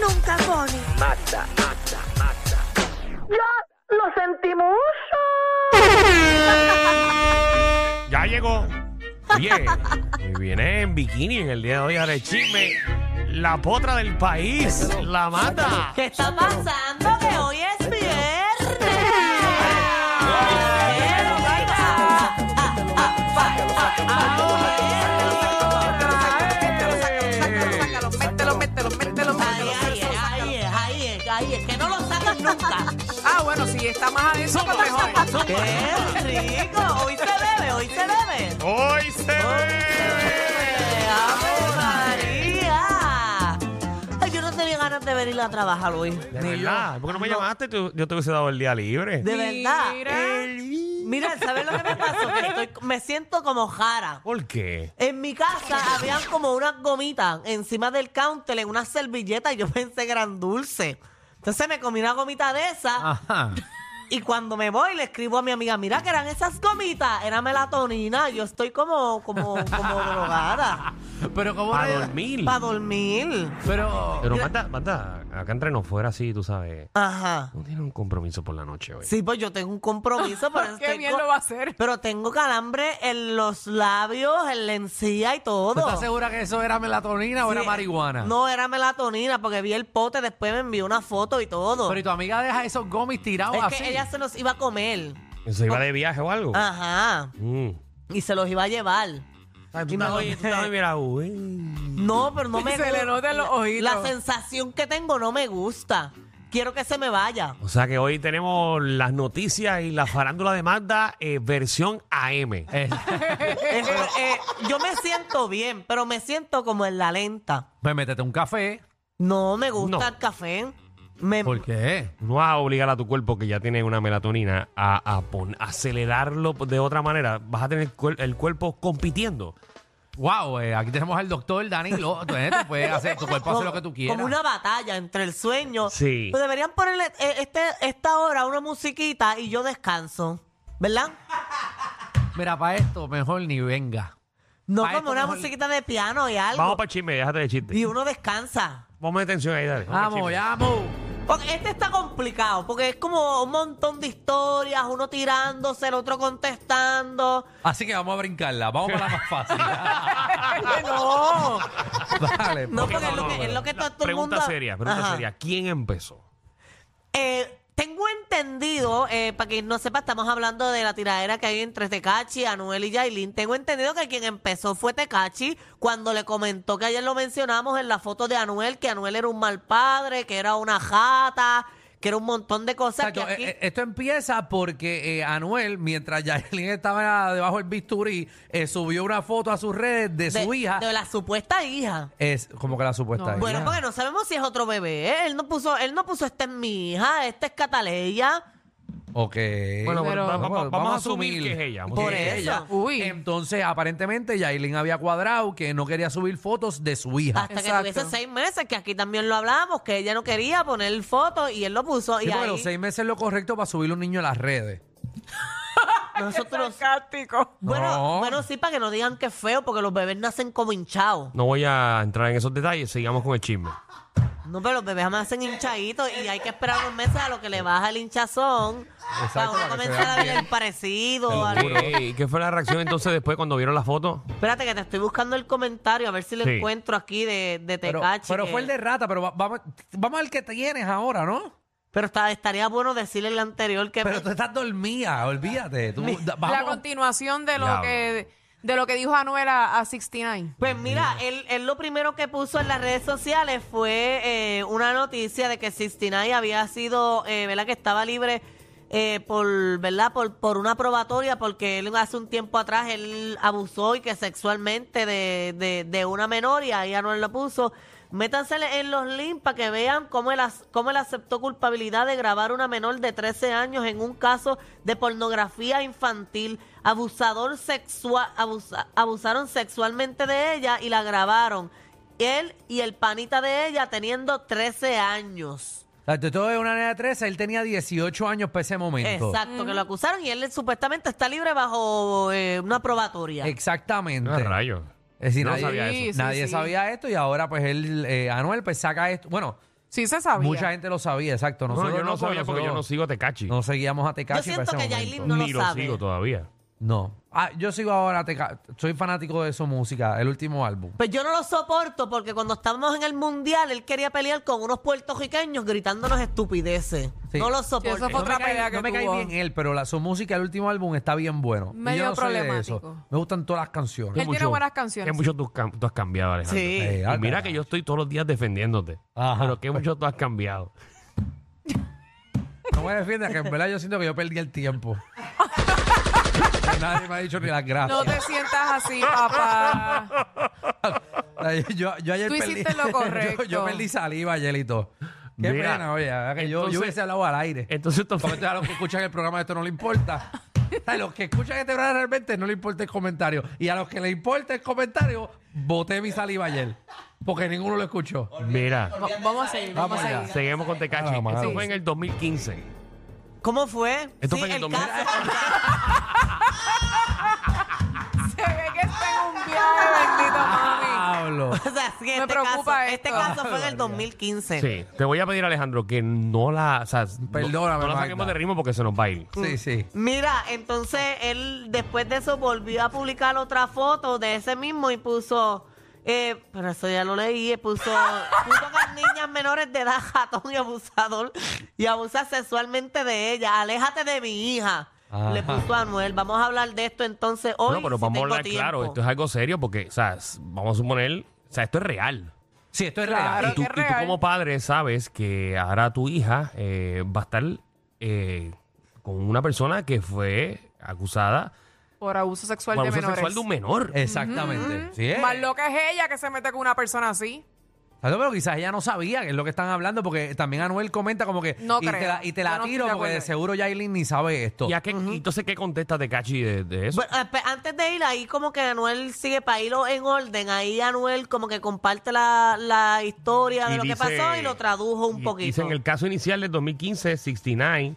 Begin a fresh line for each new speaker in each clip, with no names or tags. nunca pone.
Mata, mata, mata.
¡Ya lo sentimos!
Ya llegó. Oye, y viene en bikini en el día de hoy. Ahora el chisme. La potra del país. La mata.
¿Qué está pasando? Que hoy es viernes. Pero, venga. Ah, ah, ah, ah, ah, ah,
Mételo, mételo, mételo, mételo.
Ay, ay,
mételo, sácalo.
ay, ay, ay, ay, es que no lo sacan nunca.
Ah, bueno, si está más adentro, pues mejor.
Qué rico. Hoy se bebe, hoy se bebe.
Hoy se ve.
¡Ave María! Ay, yo no tenía ganas de venir a trabajar hoy.
De verdad. ¿Por qué no me llamaste? Tú- Yo te hubiese dado el día libre.
De verdad. Eh,
Mira.
Mira, ¿sabes lo que me pasó? Que estoy, me siento como jara.
¿Por qué?
En mi casa habían como unas gomitas encima del counter en una servilleta y yo pensé que eran dulces. Entonces me comí una gomita de esa
Ajá.
y cuando me voy le escribo a mi amiga, mira que eran esas gomitas, era melatonina, yo estoy como, como, como drogada
Pero como
Para dormir.
para dormir.
Pero
Pero manda, manda, acá entre nos fuera así, tú sabes.
Ajá.
No tiene un compromiso por la noche hoy.
Sí, pues yo tengo un compromiso, pero
Qué
estoy
bien
co-
lo va a hacer.
Pero tengo calambre en los labios, en la encía y todo.
¿tú estás segura que eso era melatonina o era
Sí.
marihuana?
No, era melatonina porque vi el pote, después me envió una foto y todo.
Pero y tu amiga deja esos gomis tirados
es
así.
que ella se los iba a comer.
¿Eso iba de viaje o algo?
Ah. Ajá.
Mm.
Y se los iba a llevar.
Ay, tú
Y me
estás
lo-
hoy- tú estás hoy, mira, uy.
No, pero no me
Se le
gu-
notan los
la-
ojitos.
La sensación que tengo no me gusta. Quiero que se me vaya.
O sea que hoy tenemos las noticias y la farándula de Magda eh, versión AM.
Eh,
Es- eh, yo me siento bien, pero me siento como en la lenta.
pues métete un café.
No me gusta
No.
el café. Me,
¿Por qué?
No vas a obligar a tu cuerpo que ya tiene una melatonina a, a pon- acelerarlo de otra manera. Vas a tener el, cuer- el cuerpo compitiendo.
Wow, eh, aquí tenemos al doctor Danilo. Tú, eh, tú puedes hacer, tu cuerpo hace lo que tú quieras.
Como una batalla entre el sueño.
Sí.
Pues deberían ponerle eh, este, esta hora una musiquita y yo descanso. ¿Verdad?
Mira, para esto mejor ni venga.
No
Pa'
como
esto
una
mejor-
musiquita de piano y algo.
Vamos para chisme, déjate de chiste.
y uno descansa.
Ponme atención ahí, dale.
Vamos,
pa'l chisme.
vamos.
Porque este está complicado, porque es como un montón de historias, uno tirándose, el otro contestando.
Así que vamos a brincarla. Vamos para la más fácil.
no.
Dale,
No,
pues.
porque es lo que, es lo que
La
está todo el mundo.
Pregunta seria, pregunta
Ajá.
seria. ¿Quién empezó?
Eh, tengo entendido, eh, para quien no sepa, estamos hablando de la tiradera que hay entre Tecachi, Anuel y Yailin. Tengo entendido que quien empezó fue Tecachi cuando le comentó que ayer lo mencionamos en la foto de Anuel, que Anuel era un mal padre, que era una jata, que era un montón de cosas.
Exacto,
que aquí...
eh, eh, Esto empieza porque eh, Anuel, mientras Yailin estaba debajo del bisturí, eh, subió una foto a sus redes de, su
de-
hija.
De la supuesta hija.
Es como que la supuesta.
Bueno, porque no sabemos si es otro bebé. ¿eh? Él no puso, él no puso, esta es mi hija, esta es Cataleya.
Ok.
Bueno, pero va- va-
Bueno,
vamos a asumir que es ella. Vamos a
Por
asumir
eso.
que es
ella.
Uy.
Entonces, aparentemente, Yailin había cuadrado que no quería subir fotos de su hija.
Hasta
Exacto.
que tuviese seis meses, que aquí también lo hablamos, que ella no quería poner fotos y él lo puso.
Sí,
y
porque
ahí,
los seis meses es lo correcto para subir un niño a las redes.
nosotros,
Sarcástico.
bueno,
No.
bueno, sí, para que no digan que es feo, porque los bebés nacen como hinchados.
No voy a entrar en esos detalles, sigamos con el chisme.
No, pero los bebés jamás hacen hinchaditos y hay que esperar unos meses a lo que le baja el hinchazón. para
Exacto,
uno
para que se
comenzar
vean
a ver
bien.
el parecido. o algo.
¿Y qué fue la reacción entonces después cuando vieron la foto?
Espérate que te estoy buscando el comentario, a ver si lo
Sí.
encuentro aquí de, de
Pero,
Tecachi.
pero
este que-
fue el de rata, pero va- vamos, vamos al que tienes ahora, ¿no?
Pero está- estaría bueno decirle el anterior que...
Pero tú estás dormida, olvídate. Tú- da-
La
vamos-
continuación de lo
Diablo.
que de lo que dijo Anuel a, a 69.
Pues mira, él, él lo primero que puso en las redes sociales fue eh, una noticia de que 69 había sido, eh, ¿verdad? Que estaba libre eh, por, ¿verdad? Por, por una probatoria porque él hace un tiempo atrás él abusó y que sexualmente de, de, de una menor y ahí Anuel lo puso. Métanse en los links para que vean cómo él, as- cómo él aceptó culpabilidad de grabar una menor de 13 años en un caso de pornografía infantil. Abusador sexual, abusaron sexualmente de ella y la grabaron. Él y el panita de ella teniendo 13 años.
Exacto, Todo es una nena de 13, él tenía 18 años para ese momento.
Exacto, que lo acusaron y él supuestamente está libre bajo eh, una probatoria.
Exactamente.
Ah, rayos.
Es decir,
No
nadie,
sabía eso.
Sí, sí,
nadie
sí.
sabía esto y ahora pues él, eh, Anuel, pues saca esto. Bueno,
Sí se sabía.
Mucha gente lo sabía, exacto.
No,
Nosotros
yo no sabía porque yo no
nosotros
sigo a Tecachi.
no seguíamos a Tecachi
Yo
para
siento
ese
que
momento.
Yailin no lo
Ni lo
sabe.
sigo todavía.
No. Ah, yo sigo ahora a Tecachi. Soy fanático de su música, el último álbum.
Pues yo no lo soporto porque cuando estábamos en el mundial él quería pelear con unos puertorriqueños gritándonos estupideces.
Sí.
No lo
Sí,
soporto.
eso fue
No me,
otra pelea
cae,
que
no me cae
tuvo.
bien él, pero la, su música, el último álbum, está bien bueno. Y
Medio
yo no soy de eso.
problemático.
Me gustan todas las canciones.
Él tiene buenas canciones.
Qué mucho tú, cam- tú has cambiado, Alejandro.
Sí.
Y
Eh,
mira
alta.
que yo estoy todos los días defendiéndote.
Ajá.
Pero qué mucho tú has cambiado.
No me defiendas, que en verdad yo siento que yo perdí el tiempo. Nadie me ha dicho ni las
No
gracias.
te sientas así, papá.
yo, yo ayer
Tú
perdí-
hiciste lo
yo-
correcto.
Yo, perdí saliva ayer y todo. Qué
Mira,
pena, oye. la verdad que yo, yo
entonces-
hubiese hablado al aire.
Entonces, esto
Porque a los que escuchan el programa esto no le importa. A los que escuchan este programa realmente no le importa el comentario. Y a los que le importa el comentario, boté mi saliva ayer. Porque ninguno lo escuchó.
Mira,
Va- Vamos a seguir, vamos
Vamos
a
allá.
seguir.
seguimos con Tecachi.
Ah, madre.
Esto fue en el 2015.
¿Cómo fue?
Esto
Sí,
fue en el
el
2000.
caso-
Se ve que está en un viaje, bendito mami.
Pablo.
O sea, sí,
Me
este
preocupa
caso,
esto.
este caso fue en el 2015.
Sí, te voy a pedir, Alejandro, que no la. O sea, no-
Perdóname,
No, la
Magda.
saquemos de ritmo porque se nos va a ir.
Sí, sí.
Mira, entonces él después de eso volvió a publicar otra foto de ese mismo y puso, eh, pero eso ya lo leí, eh, puso, puto con niñas menores de edad, jatón y abusador, y abusa sexualmente de ella, aléjate de mi hija.
Ajá.
Le puso a Anuel, vamos a hablar de esto entonces hoy.
no, pero
si
vamos a
tengo
hablar claro.
tiempo.
Esto es algo serio porque, o sea, s- vamos a suponer. O sea, esto es real.
Sí, esto es
Claro.
real.
y, tú,
que es
y tú
real.
como padre sabes que ahora tu hija eh, va a estar eh, con una persona que fue acusada
Por abuso sexual
por
de
abuso
menores.
sexual de un
Eh,
menor.
Exactamente. Sí, es.
Más loca es ella que se mete con una persona así.
Exacto, pero quizás ella no sabía que es lo que están hablando, porque también Anuel comenta como que
No
y,
creo.
te la, y te la
Yo no estoy
tiro
de
porque de
acuerdo.
seguro Yailin ni sabe esto.
¿Y a qué, entonces qué contesta Tecachi de, de eso?
Bueno, espe- antes de ir ahí, como que Anuel sigue para irlo en orden. Ahí Anuel como que comparte la, la historia de
Y
lo que
dice-
pasó y lo tradujo un
y-
poquito.
Dice, en el caso inicial del 2015, 69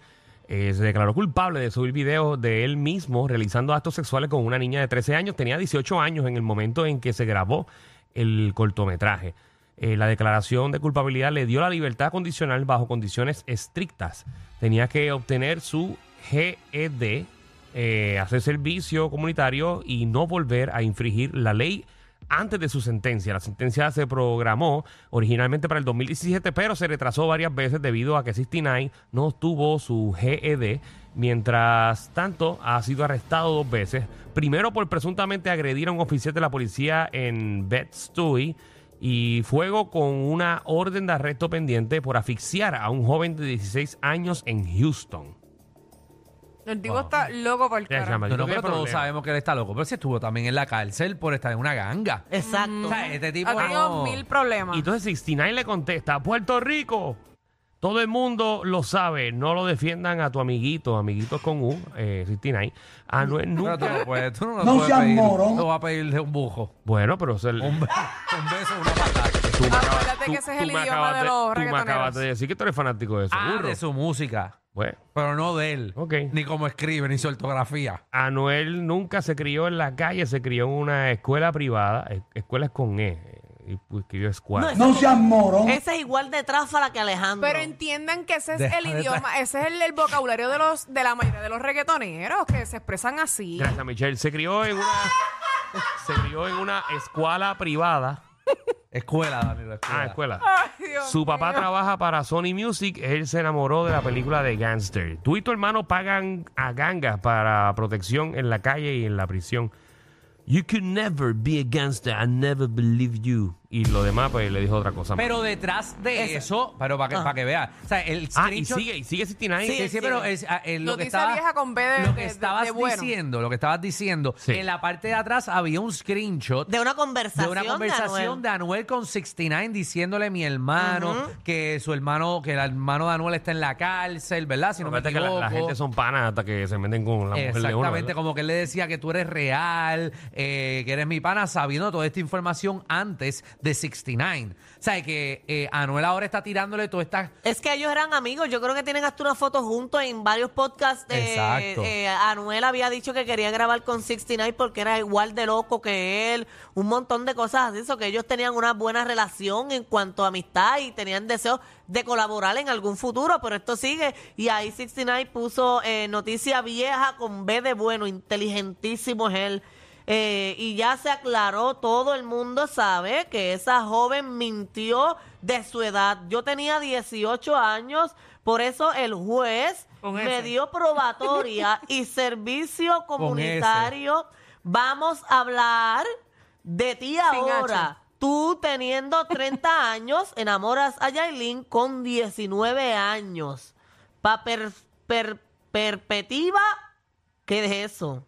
eh, se declaró culpable de subir videos de él mismo realizando actos sexuales con una niña de 13 años. Tenía 18 años en el momento en que se grabó el cortometraje. Eh, la declaración de culpabilidad le dio la libertad condicional bajo condiciones estrictas. Tenía que obtener su E GED, eh, hacer servicio comunitario y no volver a infringir la ley antes de su sentencia. La sentencia se programó originalmente para el 2017, pero se retrasó varias veces debido a que 69 no obtuvo su GED. Mientras tanto, ha sido arrestado dos veces. Primero por presuntamente agredir a un oficial de la policía en Bed Stuy y fuego con una orden de arresto pendiente por asfixiar a un joven de 16 años en Houston.
El tipo está loco por el
Ya,
carajo.
llama.
no, no,
¿Qué
pero todos
problema?
sabemos que él está loco. Pero si estuvo también en la cárcel por estar en una ganga.
Exacto.
O sea, este tipo
Ha tenido
no-
mil problemas.
Y entonces 69 le contesta, Puerto Rico, todo el mundo lo sabe, no lo defiendan a tu amiguito, amiguitos con U, eh, 69. Anuel
Pero tú
nunca...
no puedes, tú no, lo puedes pedir. No va a pedirle un bujo.
Bueno, pero se
Un, be- un beso, una patada.
tú me acabas-
Acuérdate que ese es
tú
el
me
idioma
acabas
de los
Tú me acabas
reggaetoneros.
de decir que tú eres fanático de eso,
Ah,
burro. Pues,
de su música.
Bueno,
Pero no de él.
Ok.
Ni cómo escribe, ni su ortografía.
Anuel nunca se crió en la calle, se crió en una escuela privada, eh, escuelas con E, eh, y pues, escribió escuela.
No seas morón. Ese es igual de tráfala que Alejandro.
Pero entiendan que ese es
Deja
el
de-
idioma, ese es el, el vocabulario de los de la mayoría de los reggaetoneros que se expresan así.
Gracias, Michelle. Se crió en una... se crió en una escuela privada.
Escuela, Danilo. Escuela.
Ah, escuela.
Ay, Dios
Su papá
mío.
trabaja para Sony Music. Él se enamoró de la película de Gangster. Tú y tu hermano pagan a gangas para protección en la calle y en la prisión. You could never be a gangster. I never believe you. Y lo demás, pues le dijo otra cosa. más.
Pero detrás de eso, pero
Ah.
para que, para que vea. O sea, el
ah, y
screenshot-
sigue, y sigue Sistina ahí.
Sí, sí,
sí.
pero es, ah, eh, lo que
Noticia
estaba,
vieja con B de-
lo
de-
que
de-
estabas
de bueno.
diciendo, lo que estabas diciendo,
Sí.
en la parte de atrás había un screenshot
de una conversación.
de una conversación de Anuel. con 69 diciéndole mi hermano que su hermano, que el hermano de Anuel está en la cárcel, ¿verdad? Si no, me
Acuérdate que la,
equivoco.
la gente son panas hasta que se meten con la mujer de uno.
Exactamente,
¿verdad?
como que él le decía que tú eres real, eh, que eres mi pana, sabiendo toda esta información antes de 69. O sea, que eh, Anuel ahora está tirándole todas estas
Es que ellos eran amigos. Yo creo que tienen hasta una foto juntos en varios podcasts. Eh,
Exacto.
eh, Anuel había dicho que quería grabar con 69 porque era igual de loco que él. Un montón de cosas así. Eso que ellos tenían una buena relación en cuanto a amistad y tenían deseos de colaborar en algún futuro. Pero esto sigue. Y ahí 69 puso eh, noticia vieja con B de bueno. Inteligentísimo es él. Eh, y ya se aclaró, todo el mundo sabe que esa joven mintió de su edad. Yo tenía 18 años, por eso el juez
Con
me
ese.
dio probatoria y servicio comunitario. Vamos a hablar de ti ahora. Tú teniendo 30 años, enamoras a Yailin con 19 años. Pa per, per- perpetiva, ¿qué es eso?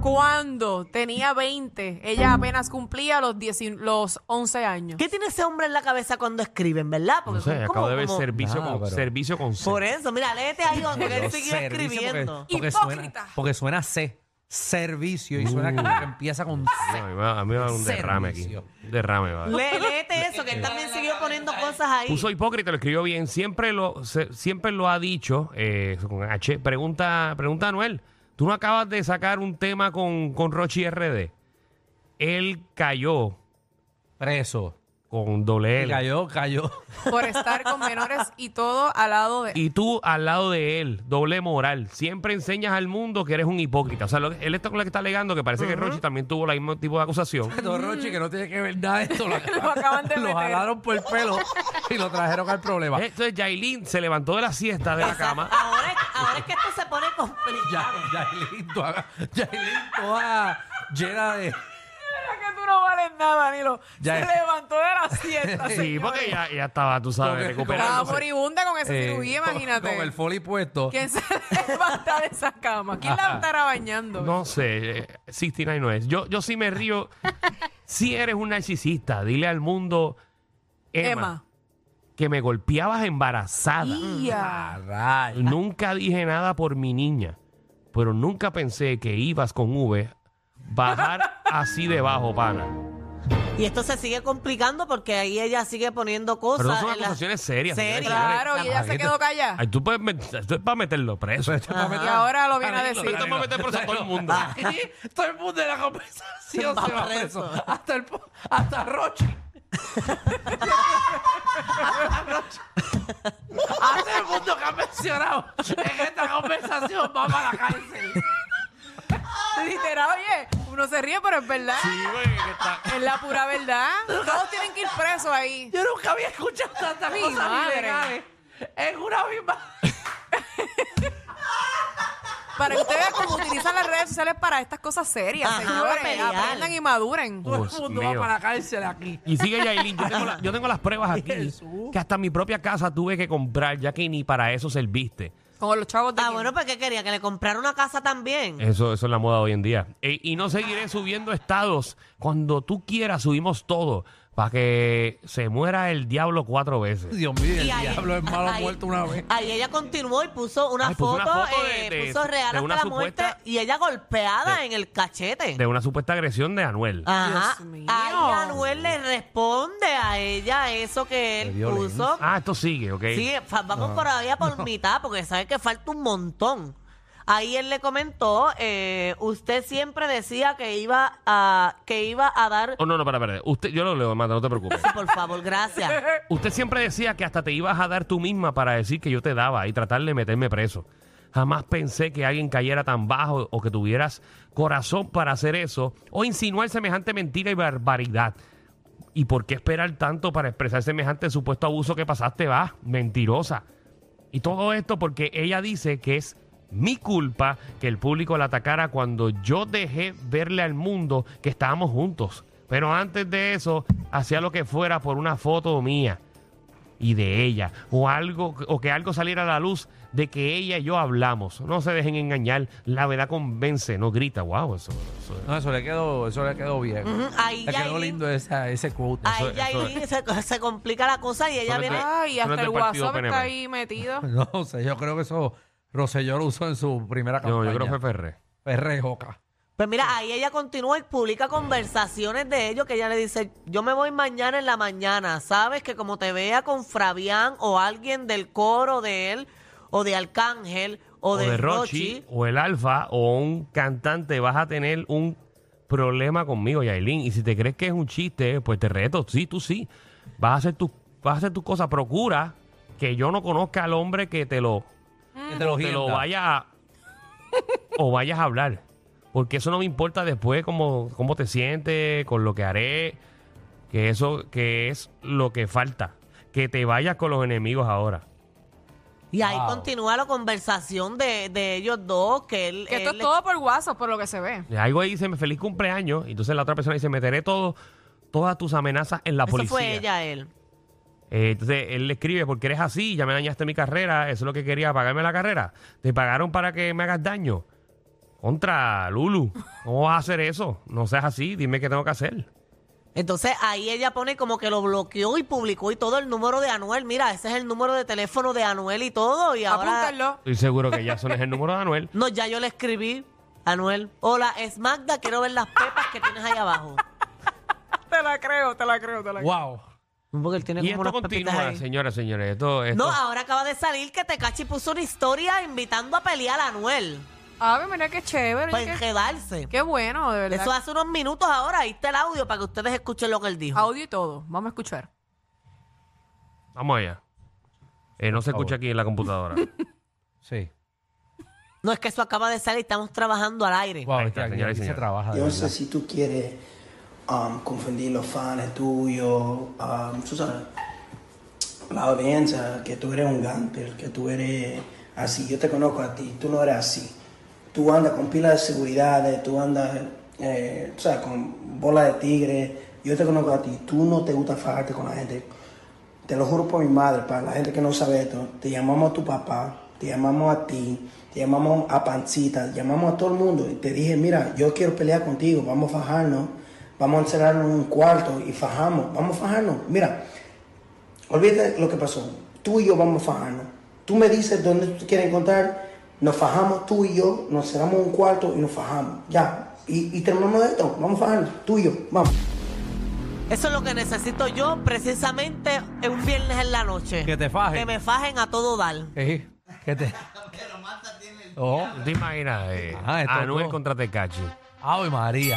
Cuando tenía 20, ella apenas cumplía los, 10 los 11 años.
¿Qué tiene ese hombre en la cabeza cuando escriben, verdad?
No sé,
como-
acabo de ver
como-
servicio,
Nada,
con,
pero-
servicio con C.
Por eso, mira, léete ahí donde
Pero
él siguió
servicio,
escribiendo.
Porque, porque
Hipócrita.
Suena, porque suena C. Servicio. Y suena como que empieza con
No,
C.
a mí me va- a mí me va a dar un derrame aquí.
Servicio.
Un derrame, va.
Lé- léete eso, que él también siguió poniendo cosas ahí.
Puso hipócrita, lo escribió bien. Siempre lo, se- siempre lo ha dicho eh, con H. Pregunta, pregunta a Anuel. Tú no acabas de sacar un tema con, con Rochi RD. Él cayó
Preso.
con doble
Y
L.
cayó, cayó.
Por estar con menores y todo al lado de...
Y tú al lado de él, doble moral. Siempre enseñas al mundo que eres un hipócrita. O sea, lo que- él está con la que está alegando que parece que Rochi también tuvo el mismo tipo de acusación.
Todo Rochi, que no tiene que ver nada de esto. Lo,
acaban de
lo
meter. Eh.
jalaron por el pelo y lo trajeron al problema.
Eh, Entonces, Yailin se levantó de la siesta de la
Exacto.
cama.
Ahora, es- ahora es que esto se pone
Ya,
complicado.
Yailin, toda, Yailin toda llena de...
que tú no vales nada, Danilo.
Ya.
Se levantó de la siesta.
Sí, porque ya, ya estaba, tú sabes,
Porque-
Estaba
recuperándose.
moribunda con esa
eh,
cirugía,
con-
imagínate.
Con el foli puesto.
¿Quién se levanta de esa cama? ¿Quién la estará bañando?
No sé, eh, 69 no es. Yo, yo sí me río. si eres un narcisista, dile al mundo, Emma,
Emma. Mm.
que me golpeabas embarazada.
Ya.
Ah, rayos.
Nunca dije nada por mi niña, pero nunca pensé que ibas con V bajar así debajo, pana.
Y esto se sigue complicando porque ahí ella sigue poniendo
Pero no
cosas.
son
en la-
acusaciones serias. señores,
Serias.
señores.
Claro, y ella se quedó callada.
Ay, tú puedes met- esto es para meterlo preso.
Esto es para meter-
Y Pues ahora lo viene a
Danilo,
decir.
Esto es para meter preso a todo el mundo.
Aquí, todo el mundo de la conversación
Ah. Va
se va
preso.
preso. Hasta, el, po- hasta Rochi. hasta Rochi. Hasta el mundo que ha mencionado en esta conversación va para la cárcel.
Literal, oye, uno se ríe, pero es verdad. Es la pura verdad. Todos tienen que ir presos ahí.
Yo nunca había escuchado tantas
Mi
cosas
madre.
ilegales en una misma...
Para que ustedes vean cómo utilizan las redes sociales para estas cosas serias,
Ajá, para
señores.
pelear.
Aprendan y maduren.
Todo
Dios
el mundo
mío.
va para la cárcel aquí.
Y sigue Yailin. Yo tengo, la- yo tengo las pruebas aquí. Que hasta mi propia casa tuve que comprar, ya que ni para eso serviste.
Como los chavos de
Ah,
Kim.
bueno, pues ¿qué quería? Que le comprara una casa también.
Eso, eso es la moda hoy en día. E- y no seguiré subiendo estados. Cuando tú quieras, subimos todo. Para que se muera el diablo cuatro veces.
Dios mío, el
Y ahí-
diablo es malo
ahí-
muerto una vez.
Ahí ella continuó y puso una
Ay, puso
foto,
una foto de-
eh,
de-
puso
de
real
una
hasta la muerte
supuesta-
y ella golpeada en el cachete.
De una supuesta agresión de Anuel.
Ajá.
Dios mío.
Ahí Anuel le responde a ella eso que él
Qué violencia.
puso.
Ah, esto sigue, ok.
Sí, fa- vamos por ahí a por mitad, porque sabe que falta un montón. Ahí él le comentó, eh, usted siempre decía que iba a, que iba a dar...
Oh, no, no, para, para. Usted, yo lo leo, Amanda, no te preocupes.
Sí, por favor, gracias.
Usted siempre decía que hasta te ibas a dar tú misma para decir que yo te daba y tratar de meterme preso. Jamás pensé que alguien cayera tan bajo o que tuvieras corazón para hacer eso o insinuar semejante mentira y barbaridad. ¿Y por qué esperar tanto para expresar semejante supuesto abuso que pasaste, va? Mentirosa. Y todo esto porque ella dice que es mi culpa que el público la atacara cuando yo dejé verle al mundo que estábamos juntos. Pero antes de eso, hacía lo que fuera por una foto mía y de ella. O algo, o que algo saliera a la luz de que ella y yo hablamos. No se dejen engañar. La verdad convence, no grita. Wow, eso, eso-
No, eso le quedó, eso le quedó bien.
Ujú, ahí
le quedó
Yailin-
lindo esa, ese quote.
Ahí Yailin se, se complica la cosa y ella
pues,
Solo te-
viene...
Ay,
Son los
hasta el
del partido
WhatsApp
PNP.
está ahí metido.
No sé, yo creo que eso Roselló lo usó en su primera
No,
campaña.
yo creo que fue Ferré.
Ferre Joca.
Pues mira, ahí ella continúa y publica conversaciones de ellos que ella le dice, yo me voy mañana en la mañana, sabes que como te vea con Fabián o alguien del coro de él o de Arcángel o,
o de Rochi o el Alfa o un cantante, vas a tener un problema conmigo, Yailin. Y si te crees que es un chiste, pues te reto. Sí, tú sí. Vas a hacer tus vas a hacer tus cosas. Procura que yo no conozca al hombre que te lo
Que te lo
te lo
gientan.
vaya a- o vayas a hablar. Porque eso no me importa después cómo, cómo te sientes, con lo que haré, que eso que es lo que falta. Que te vayas con los enemigos ahora.
Y ahí
Wow.
continúa la conversación de, de ellos dos, que él...
Que esto
él
es
le-
todo por WhatsApp, por lo que se ve.
Algo ahí dice, me feliz cumpleaños. Y entonces la otra persona dice, meteré todo, todas tus amenazas en la
Eso
policía.
fue ella, él.
Eh, entonces él le escribe, porque eres así, ya me dañaste mi carrera, eso es lo que quería, pagarme la carrera. Te pagaron para que me hagas daño. Contra Lulu, ¿cómo vas a hacer eso? No seas así, dime qué tengo que hacer.
Entonces ahí ella pone como que lo bloqueó y publicó y todo el número de Anuel. Mira, ese es el número de teléfono de Anuel y todo. Y ahora...
Apúntalo.
Estoy seguro que ya eso no es el número de Anuel.
No, ya yo le escribí. Anuel, hola, es Magda, quiero ver las pepas que tienes ahí abajo.
Te la creo, te la creo, te la creo.
Wow.
Porque él tiene
Y
como
esto
unas pepitas
continúa,
ahí.
señoras, señores. Esto, esto-
No, ah. ahora acaba de salir que Tecachi puso una historia invitando a pelear a Anuel
A ver, Ah, pues mira qué chévere.
para
qué,
enredarse.
qué bueno, de verdad.
Eso hace unos minutos ahora, ahí está el audio para que ustedes escuchen lo que él dijo.
Audio y todo. Vamos a escuchar.
Vamos allá. Eh, no se escucha aquí en la computadora.
Sí.
No es que eso acaba de salir, estamos trabajando al aire.
Wow,
Ahí
es
está,
que aquí,
señoras y
aquí se
señores.
trabaja. de
Yo no
verdad.
sé si tú quieres um, confundir los fans tuyos, um, tú sabes, la audiencia, que tú eres un gánter, que tú eres así. Yo te conozco a ti, tú no eres así. Tú andas con pilas de seguridad, tú andas, eh, tú sabes, con bola de tigre. Yo te conozco a ti, tú no te gusta fajarte con la gente. Te lo juro por mi madre, para la gente que no sabe esto, te llamamos a tu papá, te llamamos a ti, te llamamos a Pancita, llamamos a todo el mundo y te dije, mira, yo quiero pelear contigo, vamos a fajarnos, vamos a encerrarnos en un cuarto y fajamos, vamos a fajarnos. Mira, olvídate lo que pasó, tú y yo vamos a fajarnos. Tú me dices dónde tú te quieres encontrar, nos fajamos tú y yo, nos cerramos en un cuarto y nos fajamos, ya. Y, y terminamos esto, vamos a fajarnos, tú y yo, vamos.
Eso es lo que necesito yo precisamente en un viernes en la noche.
Que te fajen.
Que me fajen a todo dar.
Sí. ¿Qué te... Oh,
¿Te imaginas? eh,
Ajá, esto-
Anuel
no.
contra Tecachi.
¡Ave María!